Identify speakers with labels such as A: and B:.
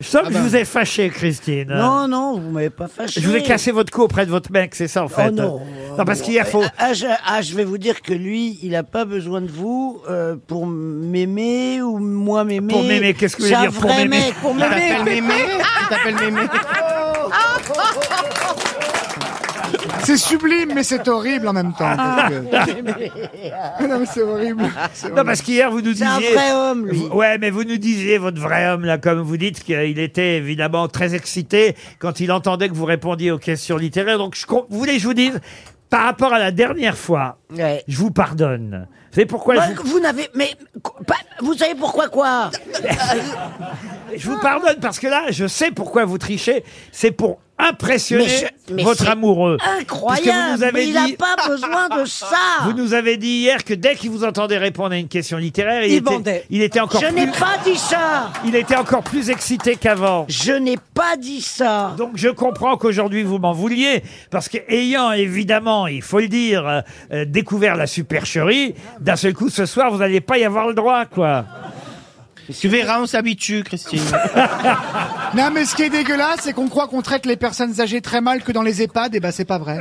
A: sens que je vous ai fâché, Christine.
B: Ah ben. Non, non, vous m'avez pas fâché.
A: Euh, Je voulais casser votre cou auprès de votre mec, c'est ça en fait.
B: Oh non.
A: Non, parce qu'il y a faut.
B: Ah je, ah, je vais vous dire que lui, il n'a pas besoin de vous euh, pour m'aimer ou moi m'aimer.
A: Pour m'aimer, qu'est-ce que vous
B: C'est
A: voulez
B: un
A: dire pour
B: vrai
A: m'aimer Ah,
B: mec, pour
A: Il
B: m'aimer.
C: C'est sublime, mais c'est horrible en même temps. Donc, euh, non, mais c'est horrible. C'est
A: Non,
C: horrible.
A: parce qu'hier, vous nous
B: C'est un
A: disiez.
B: vrai homme, lui.
A: Vous- Ouais, mais vous nous disiez, votre vrai homme, là, comme vous dites, qu'il était évidemment très excité quand il entendait que vous répondiez aux questions littéraires. Donc, je com- vous voulez que je vous dise, par rapport à la dernière fois,
B: Ouais.
A: je vous pardonne. Vous savez pourquoi
B: Bah,
A: je, Euh, vous,
B: vous n'avez. Mais. qu- pas- vous savez pourquoi quoi
A: je vous pardonne Parce que là, je sais pourquoi vous trichez. C'est pour impressionner
B: Mais je- mais
A: votre
B: c'est
A: amoureux.
B: Ah,
A: Puisque vous
B: Incroyable
A: nous avez
B: Mais il n'a
A: dit-
B: pas besoin de ça
A: Vous nous avez dit hier que dès qu'il vous entendait répondre à une question littéraire, il,
D: Il
A: était,
D: bandait.
A: il était encore
B: Je
A: plus,
B: n'ai pas dit ça
A: il était encore plus excité qu'avant.
B: Je n'ai pas dit ça
A: Donc je comprends qu'aujourd'hui vous m'en vouliez parce que ayant évidemment, il faut le dire, euh, euh, découvert la supercherie, d'un seul coup ce soir vous n'allez pas y avoir le droit quoi.
E: Tu verras, on s'habitue, Christine.
C: Non, mais ce qui est dégueulasse, c'est qu'on croit qu'on Eh traite les personnes âgées très mal que dans les EHPAD, et ben c'est pas vrai.